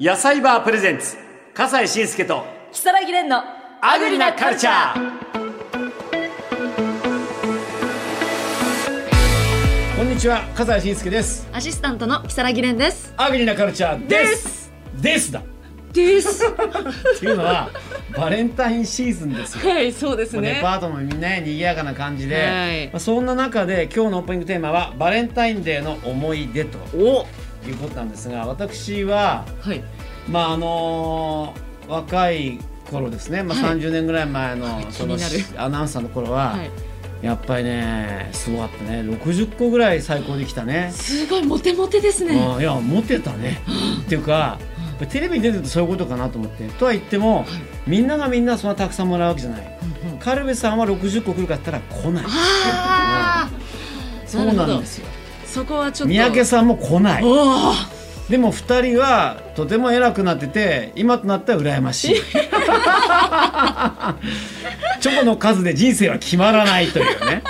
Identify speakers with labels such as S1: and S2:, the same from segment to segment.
S1: 野菜バープレゼンツ笠西慎介と
S2: 木更木蓮の
S1: アグリなカルチャー
S3: こんにちは、笠西慎介です。
S2: アシスタントの木更木蓮です
S3: アグリなカルチャーです。ですだ。
S2: です
S3: っていう のは、バレンタインシーズンですよ。
S2: はいそうです
S3: デパートもみんなね賑やかな感じで、
S2: はい
S3: まあ、そんな中で今日のオープニングテーマはバレンタインデーの思い出と
S2: お
S3: いうことなんですが私は
S2: はい
S3: まああのー若い頃ですね、まあ、
S2: はい
S3: 30年ぐらい前の、
S2: い
S3: その
S2: 気になる
S3: しアナウンサーの頃は、
S2: はい
S3: やっぱりねすごかったね60個ぐらい最高できたね
S2: すごいモテモテですね
S3: あいやモテたねっていうかテレビに出てるとそういうことかなと思ってとは言っても、みんながみんなそんなたくさんもらうわけじゃないカルベさんは60個来るかって言ったら来ない
S2: あ
S3: そうなんですよ
S2: ーそこはちょっと
S3: 三宅さんも来ない
S2: おお
S3: でも2人はとても偉くなってて今となっては羨ま しいチョコの数で人生は決まらないというね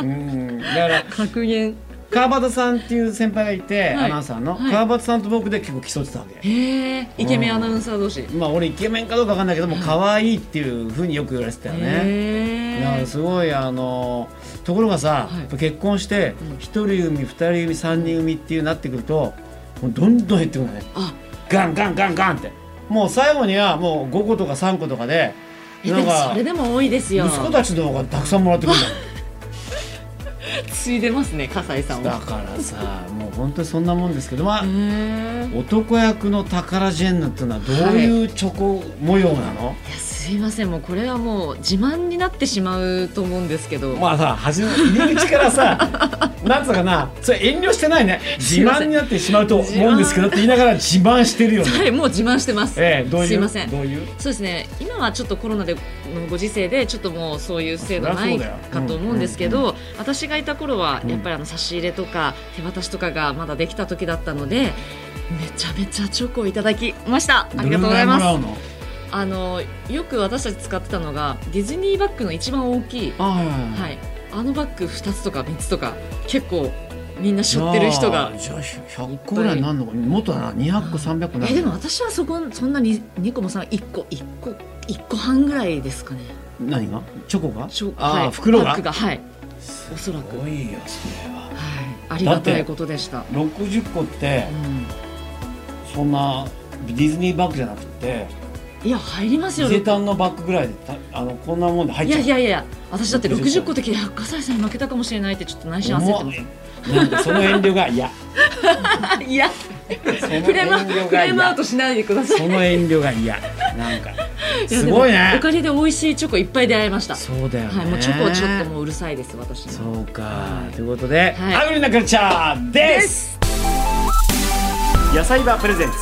S3: うんだから
S2: 格言
S3: 川端さんっていう先輩がいて、
S2: はい
S3: アナウンサーの、
S2: はい
S3: 川端さんと僕で結構競ってたわけ
S2: へえイケメン
S3: うん
S2: アナウンサー同士
S3: まあ俺イケメンかどうかわかんないけども可愛いっていうふうによく言われてたよね。だから
S2: へ
S3: すごいあのところがさ、
S2: はい
S3: 結婚して一人組二人組三人組っていうなってくるともうどんどん減ってくるね
S2: あ
S3: ガンガンガンガンってもう最後にはもう5個とか3個とかで
S2: えで
S3: なん
S2: もそ
S3: か
S2: れでも多いですよ
S3: 息子たちの方がたくさんもらってくるんだよ
S2: ついでますね笠井さん
S3: だ
S2: は
S3: からさもう本当にそんなもんですけどまあ
S2: へえ
S3: 男役の宝ジェンヌっていうのはどういうチョコ模様なの、
S2: いやすいませんもうこれはもう自慢になってしまうと思うんですけど
S3: まあさ、初め入り口から さ、なんつうかな、それ遠慮してないね。自慢になってしまうと思うんですけどって言いながら自慢して るよね。
S2: はい、もう自慢してます。
S3: ええ、どういう、
S2: すいません。
S3: どういう、
S2: そうですね。今はちょっとコロナでのご時世でちょっともうそういう制度ない
S3: そりゃそうだよ
S2: かと思うんですけど、私がいた頃は
S3: うん
S2: やっぱりあの差し入れとか手渡しとかがまだできた時だったので、めちゃめちゃチョコをいただきました。ありがとうござい
S3: ど
S2: ま
S3: れぐ
S2: す。
S3: らいもらうの？
S2: あのよく私たち使ってたのがディズニーバッグの一番大きい、
S3: あはいはいは。
S2: はいい、あのバッグ2つとか3つとか結構みんな背負ってる人が
S3: あーじゃあ100個ぐらいになんのかもっとだな200個300個な
S2: えで
S3: る
S2: も
S3: の
S2: 私はそこそんなに2個もさ1個1個1個半ぐらいですかね
S3: 何がチョコが
S2: ちょ
S3: あー、
S2: はい
S3: 袋
S2: バ
S3: が
S2: ッグがはい
S3: す
S2: おそらくはい
S3: ごいよそれは
S2: ありがたいことでした
S3: 60個って
S2: うん
S3: そんなディズニーバッグじゃなくて
S2: いや入ります
S3: 伊
S2: よ
S3: 勢
S2: い
S3: 丹のバッグぐらいでたあのこんなもんで入っちゃ
S2: や
S3: う
S2: いやいや私だって
S3: 60
S2: 60個的百笠井さんに負けたかもしれないってちょっと内心焦って
S3: 思
S2: ま
S3: わなんかその遠慮がい や
S2: すいや
S3: その
S2: フレームアウトフレームアウトしないでください
S3: その遠慮が嫌なんか
S2: いや
S3: すごい
S2: でも
S3: ね
S2: おかげで美味しいチョコいっぱい出会いました
S3: そうだよね、
S2: はいもうチョコちょっともううるさいです私には
S3: そうか、
S2: はい
S3: ということで、
S2: はい
S3: アグリなカルチャーです
S1: 野菜バープレゼンツ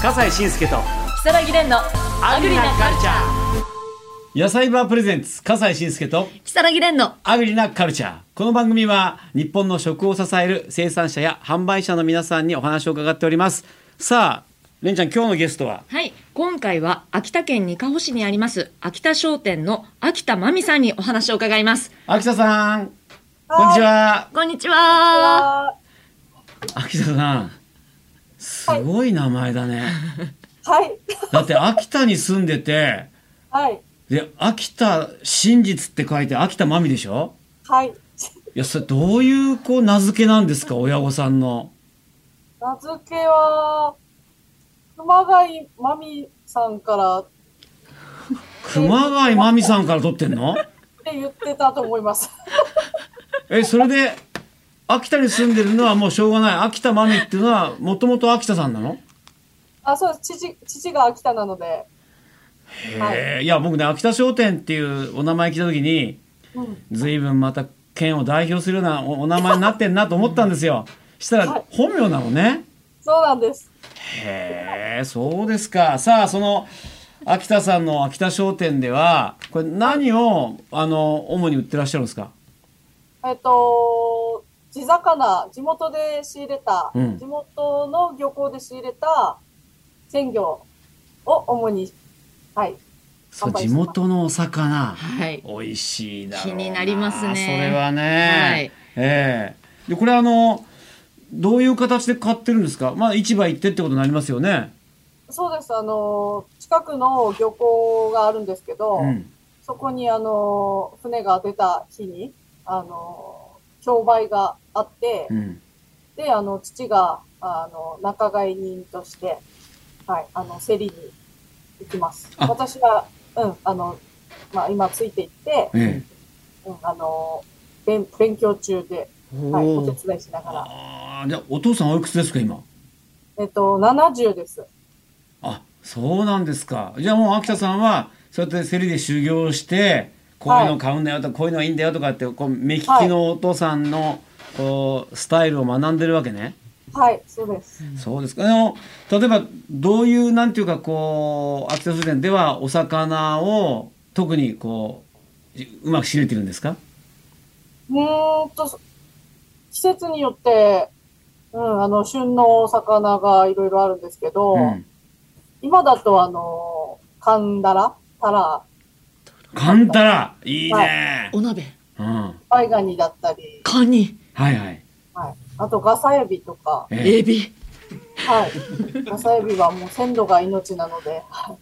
S1: 笠西慎介と
S2: 如月蓮のアグリなカルチャー
S3: 野菜バープレゼンツ笠西慎介と
S2: 如月蓮の
S3: アグリなカルチャーこの番組は日本の食を支える生産者や販売者の皆さんにお話を伺っておりますさあれんちゃん今日のゲストは
S2: はい。今回は秋田県にかほ市にあります、秋田商店の秋田真美さんにお話を伺います。
S3: 秋田さんこんにちは
S2: こんにちは。
S4: は
S3: 秋田さんすごい名前だね、
S4: い。
S3: だって秋田に住んでて
S4: はい。
S3: で秋田真実って書いて秋田真美でしょ
S4: はい。
S3: いやそれどういうこう名付けなんですか親御さんの
S4: 名付けは、熊谷真美さんからっ
S3: 熊谷真美さんから取ってんの
S4: て言ってたと思い ます。
S3: えそれで秋田に住んでるのはもうしょうがない秋田真美っていうのはもともと秋田さんなの
S4: あ、そうです。父、父が秋田なので。
S3: へえいや僕ね秋田商店っていうお名前聞いた時に
S4: うん。
S3: 随分また県を代表するようなおお名前になってんなと思ったんですよしたら本名なのね
S4: そうなんです。
S3: へえそうですかさあその秋田さんの秋田商店ではこれ何をあの主に売ってらっしゃるんですか
S4: えっと、地魚、地元で仕入れた、
S3: うん
S4: 地元の漁港で仕入れた鮮魚を主に、はい。
S3: そう
S4: 販売
S3: 地
S4: してます
S3: 元のお魚
S2: はい。
S3: 美味しいだろう
S2: 気になりますね
S3: それはね、
S2: はい
S3: ええでこれあのどういう形で買ってるんですかまあ市場行ってってことになりますよね
S4: そうです。あの、近くの漁港があるんですけど、
S3: うん、
S4: そこにあの、船が出た日に、あの、競売があって、
S3: うん、
S4: で、あの、父が、あの、仲買人として、はい、あの、競りに行きます。
S3: あ
S4: 私は、うん、あの、まあ、今ついていって、
S3: ええ
S4: うん、あの、勉勉強中で、はい、お
S3: おー
S4: 手伝いしながら。
S3: あーじゃあお父さんおいくつですか今
S4: えっと、70です。
S3: あそうなんですかじゃあもう秋田さんはそうやって競りで修行してこういうの買うんだよとか、こういうのがいいんだよとかってこう目利きのお父さんのこうスタイルを学んでるわけね、
S4: はい、そうです。
S3: そうですかでも例えばどういうなんていうかこう秋田書店ではお魚を特にこううまく仕入れてるんですか
S4: うーんと、そ季節によって、うん、あの、旬のお魚がいろいろあるんですけど、
S3: うん
S4: 今だとあの、カンダラタラ、
S3: カンタラいいね、
S2: お鍋
S3: うん、
S4: バイガニだったり、
S2: カニ
S3: はいはい
S4: はい。あと、ガサエビとか、
S3: ええ
S2: エビ
S4: はい。ガサエビはもう鮮度が命なので、はい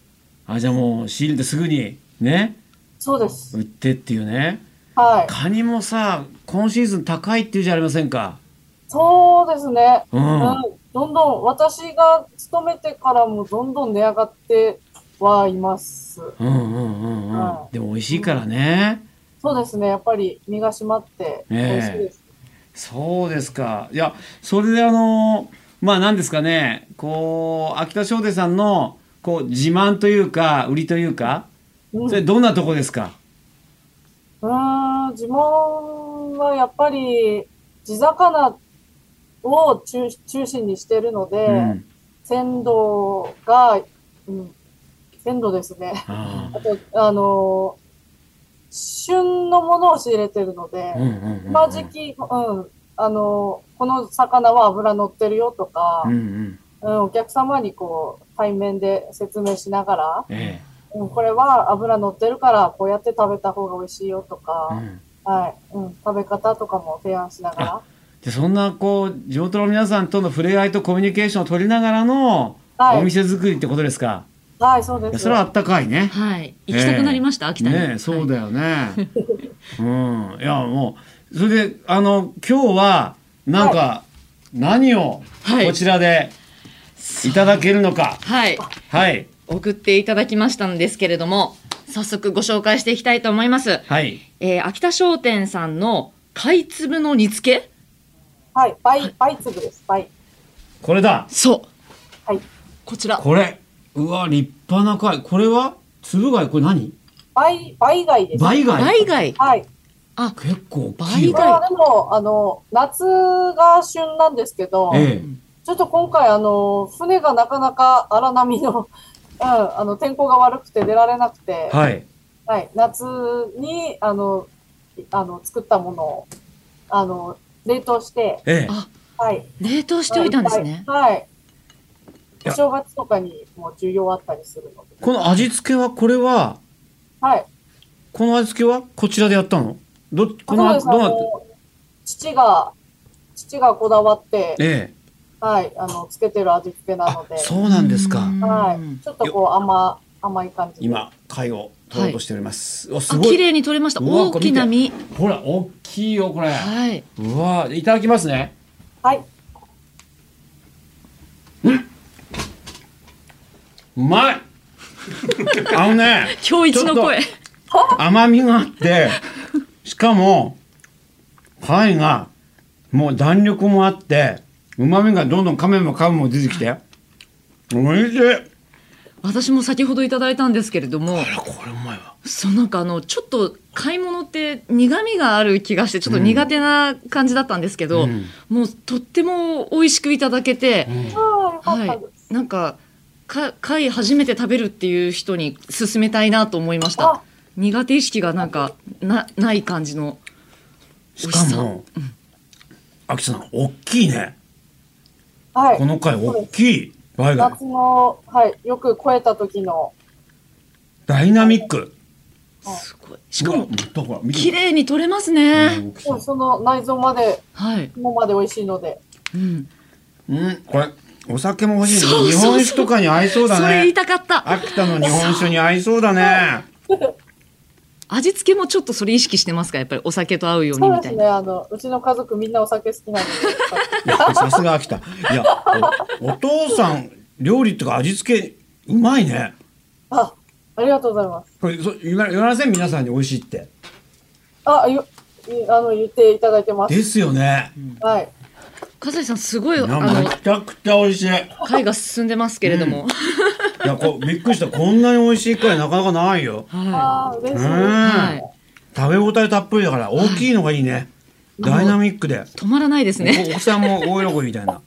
S3: あじゃあもう仕入れてすぐにね
S4: そうです。
S3: 売ってっていうね
S4: はい。
S3: カニもさ今シーズン高いっていうじゃありませんか
S4: そうですね。
S3: うん
S4: うん。どんどん、私が勤めてからもどんどん値上がってはいます。
S3: うんうんうんうん、
S4: はい
S3: でも美味しいからね、
S4: そうですね。やっぱり身が締まって、美味しいです。
S3: そうですかいやそれであのまあ何ですかねこう秋田商店さんのこう自慢というか売りというか
S4: うん
S3: それどんなとこですか、
S4: うーん、自問はやっぱり地魚を中中心にしてるので、
S3: うん
S4: 鮮度が、うん、鮮度ですね。
S3: あ
S4: あと、あのー旬のものを仕入れてるので
S3: あ、うんうんうんうん
S4: 今時期、うん、あのーこの魚は脂乗ってるよとか
S3: うんう、ん
S4: うん、お客様にこう、対面で説明しながら、
S3: え
S4: うん、これは脂乗ってるから、こうやって食べた方が美味しいよと
S3: え、うん、
S4: か、はい、うん、食べ方とかも提案しながら、
S3: でそんなこう地元の皆さんとの触れ合いとコミュニケーションを取りながらの
S4: はい
S3: お店作りってことですか、
S4: はい、そうで
S3: いや
S4: す。
S3: それはあったかいね
S2: はい行きたくなりました、秋田に
S3: ねえそう
S2: はい
S3: だよね、うんいやもうそれであの今日はなんか、何を
S2: はい
S3: こちらでいただけるのか
S2: はい
S3: はい
S2: 送っていただきましたんですけれども早速ご紹介していきたいと思います、
S3: はい
S2: えー、秋田商店さんの貝粒の煮付け
S4: はい、倍、倍粒です、倍。
S3: これだ
S2: そう
S4: はい。
S2: こちら
S3: これうわ立派な貝これは粒貝これ何
S4: 倍、倍貝です。
S3: 倍貝
S2: 貝貝
S4: はい。
S3: 結構大きいよ
S4: これはでも、あの、夏が旬なんですけど、
S3: え
S4: ちょっと今回、あの、船がなかなか荒波の、 うん、あの、天候が悪くて出られなくて、
S3: えはい
S4: はい、夏に、あの、いあの、作ったものを、あの、冷凍して、
S3: ええ
S2: あ
S4: はい。
S2: 冷凍しておいたんですね
S4: はい。はい
S3: や
S4: お正月とかにも需要あったりするので。
S3: この味付けはこれは
S4: はい。
S3: この味付けはこちらでやったのどこの
S4: そうです
S3: どうな
S4: あ
S3: っ
S4: の父が、父がこだわって、
S3: ええ
S4: はい、あの、つけてる味付けなの
S3: あ
S4: で、
S3: そうなんですか
S4: はい。ちょっとこう甘、甘い感じで。
S3: 今貝を取ろうとしております、おす
S2: あ
S3: ご
S2: 綺
S3: い
S2: 麗に取れました
S3: うわこれ
S2: 大
S3: 見て
S2: きな身
S3: ほら大きいよこれ、
S2: はい、
S3: うわいただきますね
S4: はい。
S3: うまい あのね
S2: 今日一の声
S3: ち甘みがあってしかも貝がもう弾力もあってうまみがどんどん噛めば噛むも出てきておいしい
S2: 私も先ほどいただいたんですけれども
S3: あこれうまいわ
S2: そうなんかあのちょっと買い物って苦味がある気がしてちょっと苦手な感じだったんですけど、
S3: うん
S2: もうとっても美味しくいただけて、
S4: ああ、よかっ
S2: は
S4: た
S2: い
S4: です。、
S2: なんかか貝初めて食べるっていう人に勧めたいなと思いまし
S4: あ
S2: た苦手意識がなんかなない感じの
S3: しかも秋田さん大きいね
S4: はい。
S3: この貝
S4: そう
S3: 大
S4: です
S3: きい貝が
S4: 夏の、はい、よく超えた時の、
S3: ダイナミック
S2: すごいしか
S3: うわ
S2: も
S3: またほら見て
S2: 綺麗に取れますね、
S3: うん
S4: もうその内臓まで、
S2: はい、
S4: 肝まで美味しいので、
S2: うん、
S3: うん、これ、お酒も欲しい
S2: そうそう
S3: 日
S2: そう
S3: 本酒とかに合いそうだ
S2: それ言い
S3: ね
S2: たかった
S3: 秋田の日本酒に合いそうだね
S2: 味付けもちょっとそれ意識してますかやっぱりお酒と合うように
S4: そう
S2: み
S4: で
S2: た
S4: す
S2: い
S4: ね。
S2: な
S4: あの、うちの家族みんなお酒好きなんで。
S3: いやさすが秋田いやおお父さん料理とか味付けうまいね
S4: あ、ありがとうございます。
S3: これそ言わ言われません皆さんに美味しいって
S4: あ、よ、いあの、言っていただいてます。
S3: ですよね
S4: はい。
S2: 笠井さんすごい
S3: い
S2: あ
S3: や
S2: の
S3: めちゃくちゃ美味しいい
S2: 会が進んでますけれども、
S3: やこうびっくりしたこんなに美味しい回なかなかないよ
S2: は
S4: ああ、嬉
S3: う
S4: し
S3: ん、
S4: い。
S2: はい
S3: 食べ応えたっぷりだから大きいのがいいね、ダイナミックで
S2: い止まらないですね
S3: おお子さんも大喜びみたいな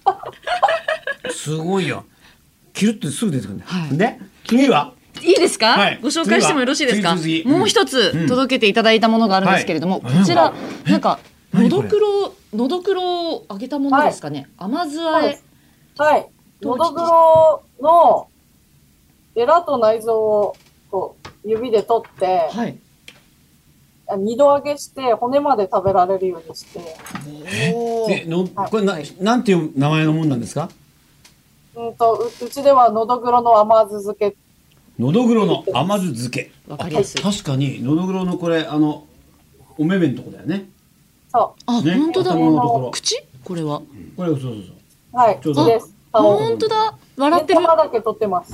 S3: すごいよ切るってすぐ出てくるね、
S2: はい
S3: で次はい
S2: いですか、
S3: はい
S2: ご紹介してもよろしいですか
S3: 次は次々
S2: もう一
S3: う
S2: つ
S3: ん
S2: 届けていただいたものがあるんですけれども、
S3: はい
S2: こちらなんかの
S3: 何こ
S2: ど
S3: れ
S2: くろのどくろを揚げたものですかね、甘酢あえ
S4: はい。
S2: どう
S4: の
S2: でし
S4: ど
S2: た
S4: ぐろの、エラと内臓を、こう、指で取って、
S2: はい
S4: あ二度揚げして、骨まで食べられるようにして、
S2: おー
S3: えのこれななんていう名前のもんなんですか
S4: うんと、ううちではのどぐろの甘酢漬け。
S3: のどぐろの甘酢漬け
S2: わかりやすい
S3: あ確かにのどぐろのこれあのお目目のとこだよね
S4: そ
S2: あ、
S3: ね
S2: 本当だ
S3: 頭のところ
S2: 口これは
S3: これそうそうそう
S4: う。はい。
S3: ちょうど
S4: うです。はい。
S2: 本当だ 笑
S4: 目
S2: ってる
S4: 玉だけ取ってます。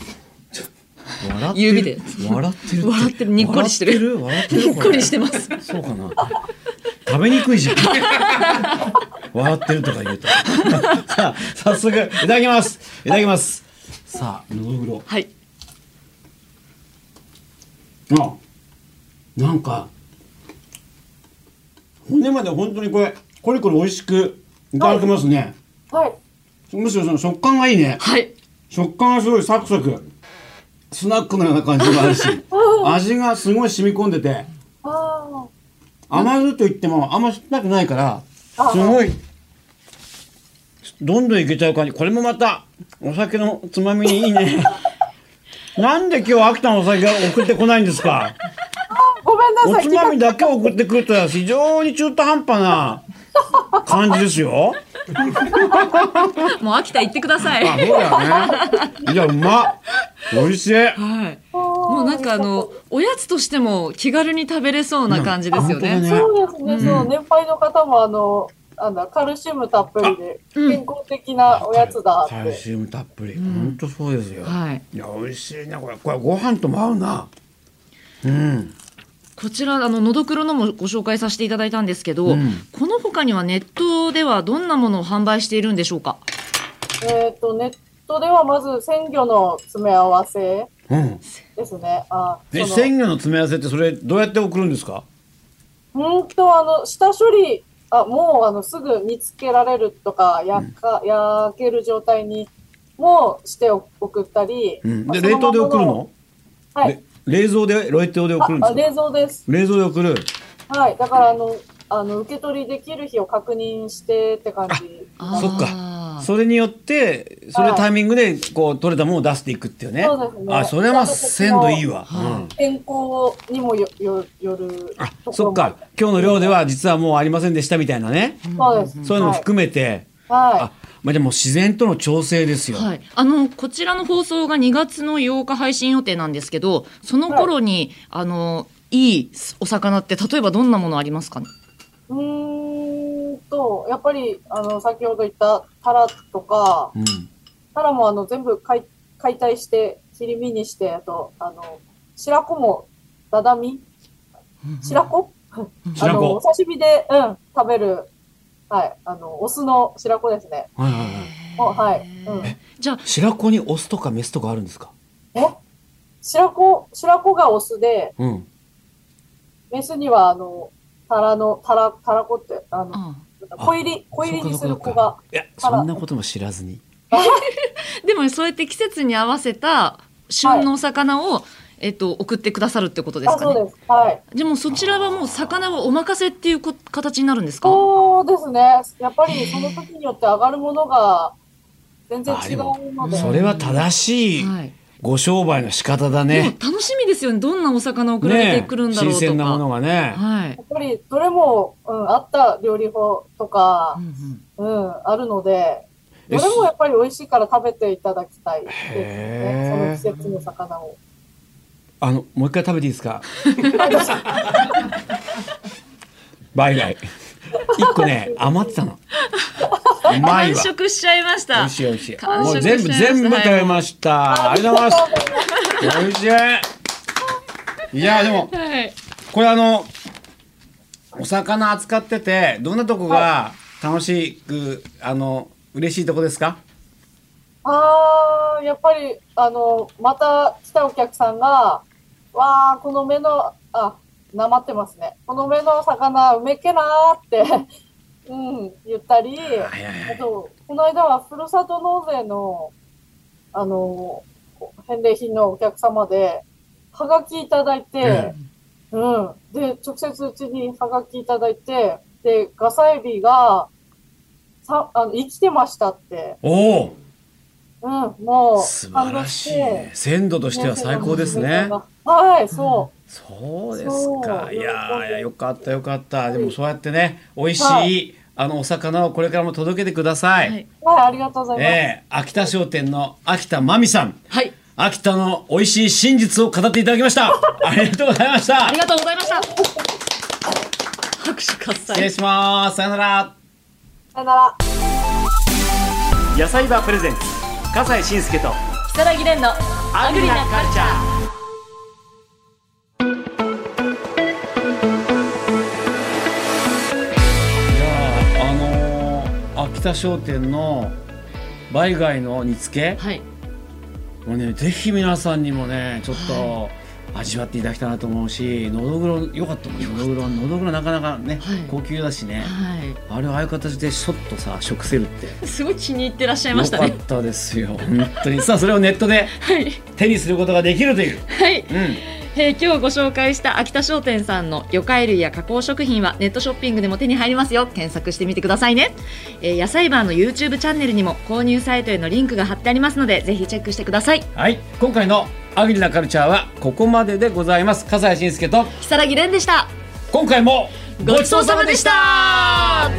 S3: 笑ってる
S2: 指で
S3: 笑ってるって
S2: 笑ってるにっこりしてる
S3: 笑ってる
S2: にっこりして
S3: る
S2: ます
S3: これそうかな食べにくいじゃん笑ってるとか言うとさあ早速いただきますいただきますさあのどぐろ
S2: はい
S3: あなんか骨まで本当にこれコリコリ美味しくいただけますね、
S4: はい。
S3: むしろその食感がいいね
S2: はい
S3: 食感がすごいサクサクスナックのような感じがあるし味がすごい染み込んでて
S4: あ
S3: 甘酢といってもあんま酸っぱくないから
S4: あ
S3: すごいどんどんいけちゃう感じこれもまたお酒のつまみにいい ねなんで今日秋田のお酒が送ってこないんです か
S4: あ。ごめんな
S3: お
S4: さい。
S3: つまみだけ送ってくるとは非常に中途半端 な感じですよ。
S2: もう秋田行ってください
S3: あ、そうだよね。いや、うまっ。美味しい。
S2: はい
S4: も
S2: もうなんかあのおやつとしても気軽に食べれそうな感じですよ
S3: うん
S2: ね
S3: 本
S4: そうですね、そう、年配の方も、あの、なんだ、カルシウムたっぷりで、
S2: うん
S4: 健康的なおやつだって。
S3: カルシウムたっぷり。本当そうですよ。
S2: はい
S3: いや、美味しいな、これ、これご飯とも合うな。うん。
S2: こちらあののどくろのもご紹介させていただいたんですけど、
S3: うん
S2: この他にはネットではどんなものを販売しているんでしょうか
S4: えっ、と、ネットではまず鮮魚の詰め合わせ
S3: うん。
S4: ですね。あ
S3: え、
S4: その
S3: 鮮魚の詰め合わせって、それ、どうやって送るんですか。
S4: うーんと、あの、下処理、あ、もう、あの、すぐ煮つけられるとか、やっか、焼ける状態に、もしてお送ったり。
S3: うん。
S4: ま
S3: で、
S4: あ
S3: 冷凍で送るの。
S4: そのままはい。
S3: れ冷蔵で、冷凍で送るんで
S4: あ、あ
S3: すか。
S4: 冷蔵です。
S3: 冷蔵で送る。
S4: はい。だから、あの、あの、受け取りできる日を確認してって感じ。
S2: あー
S3: そっか。それによって、それタイミングで、こう、取れたものを出していくっていうね。
S4: そうですね
S3: あ、それはまあ、鮮度いいわ。うん。
S4: 健康にもよよよる
S3: あ、
S4: ところも
S3: そっか。今日の量では、実はもうありませんでしたみたいなね。
S4: そうです、
S3: そういうのも含めて。
S4: はい、
S3: あ、まあ、でも、自然との調整ですよ。
S2: はい、あのこちらの放送が2月の8日配信予定なんですけどその頃に、い、あのいいお魚って例えばどんなものありますかね
S4: うーんとやっぱりあの先ほど言ったタラとか
S3: うん。
S4: タラもあの全部解解体して切り身にしてあとあの白子もダダミ白子あ
S3: 白
S4: のお
S3: 子。
S4: 刺身で、うん、食べるはいあのオスの白子ですね
S3: はいはいはい。
S4: もはい、うん、
S2: じゃあ
S3: 白子にオスとかメスとかあるんですか。
S4: え白子白子がオスで
S3: うん。
S4: メスにはあのタラのタラタラコってあの
S2: あ
S4: 小入り、小入りにする子が。
S3: いや、
S4: あら
S3: そんなことも知らずに。
S2: でもそうやって季節に合わせた旬のお魚を、えっと、送ってくださるってことです
S4: あ、
S2: か
S4: そう
S2: ね
S4: です。はい。
S2: でもそちらはもう魚はお任せっていうこ形になるんですか
S4: そうですね。やっぱりその時によって上がるものが全然
S3: あ
S4: 違
S3: で
S4: う
S3: も
S4: ので。
S3: それは正しい
S2: はい
S3: ご商売の仕方だ
S2: でも
S3: ね。
S2: 楽しみですよね。どんなお魚送られ
S3: ね
S2: てくるんだろう
S3: 新鮮
S2: とか。
S3: なものがね。
S2: はい
S4: や。っぱりどれも、うん、あった料理法とか
S2: う、ん
S4: うん、あるので、どれもやっぱり美味しいから食べていただきたいです
S3: へー
S4: ね。その季節の魚を。
S3: あのもう一回食べていいです か。バイバイ。一個ね余ってたの。うまい
S2: 完
S3: わ。
S2: 食しちゃいまし
S3: 美
S2: た
S3: 味しい美味しい。
S2: 完
S3: もう
S2: 食
S3: 全
S2: し
S3: 部
S2: ちゃいました
S3: 全部食べました。ありがとうございます。美味しい。いやでも
S2: はい
S3: これあのお魚扱っててどんなとこが楽しくあの嬉しいとこですか。
S4: ああ、やっぱり、あの、また来たお客さんが、わあ、この目の、あ、なまってますね。この目の魚、うめっけなーって、 うん、言ったり、
S3: いはいは
S4: あと、この間はふるさと納税の、あの、返礼品のお客様で、はがきいただいて、うん。で、直接うちにはがきいただいて、で、ガサエビが、さ、あの、生きてましたって、
S3: おお
S4: うん、も
S3: 素
S4: う、
S3: 晴らしいね。鮮度と
S4: と
S3: しては最高ですね。。
S4: はい、そ
S3: そうです
S4: そ
S3: か。
S4: う
S3: いやー
S4: 喜んで
S3: いやよかったよかった。でもそうやってね、美味しい、
S4: はい
S3: あのお魚をこれからも届けてください。
S2: はい、
S4: う。はい、ありがとうございます。
S3: ええ秋田商店の秋田真美さん、
S2: はい、
S3: 秋田の美味しい真実を語っていただきま した。ありがとうございまし
S2: あ
S3: た
S2: り。がとうございました拍手喝
S3: 失礼
S2: 采
S3: します。さよなら。
S4: さよなら。
S1: 野菜場プレゼンツ笠西慎介と
S2: 木更木蓮の
S1: アグリなカルチャー
S3: いやーあのー秋田商店の売買の煮付け、
S2: はい
S3: もうねぜひ皆さんにもねちょっと味わっていただきたいなと思うしのどぐろよかったもんねのどぐろのどぐろなかなかね、
S2: はい
S3: 高級だしね、
S2: は
S3: あれをああいう形でショッとさ食せるって
S2: いすごい気に入ってらっしゃいま
S3: よ
S2: した
S3: かっ
S2: ね
S3: たですよ本当にさあそれをネットで
S2: はい
S3: 手にすることができるという、
S2: はい
S3: うん、
S2: えー今日ご紹介した秋田商店さんの魚介類や加工食品はネットショッピングでも手に入りますよ検索してみてくださいね、えー野菜バーの YouTube チャンネルにも購入サイトへのリンクが貼ってありますのでぜひチェックしてください
S3: はい今回の「アグリなカルチャー」はここまででございます笠井信介と
S2: 如月蓮でした
S3: 今回も
S2: ごちそうさまでした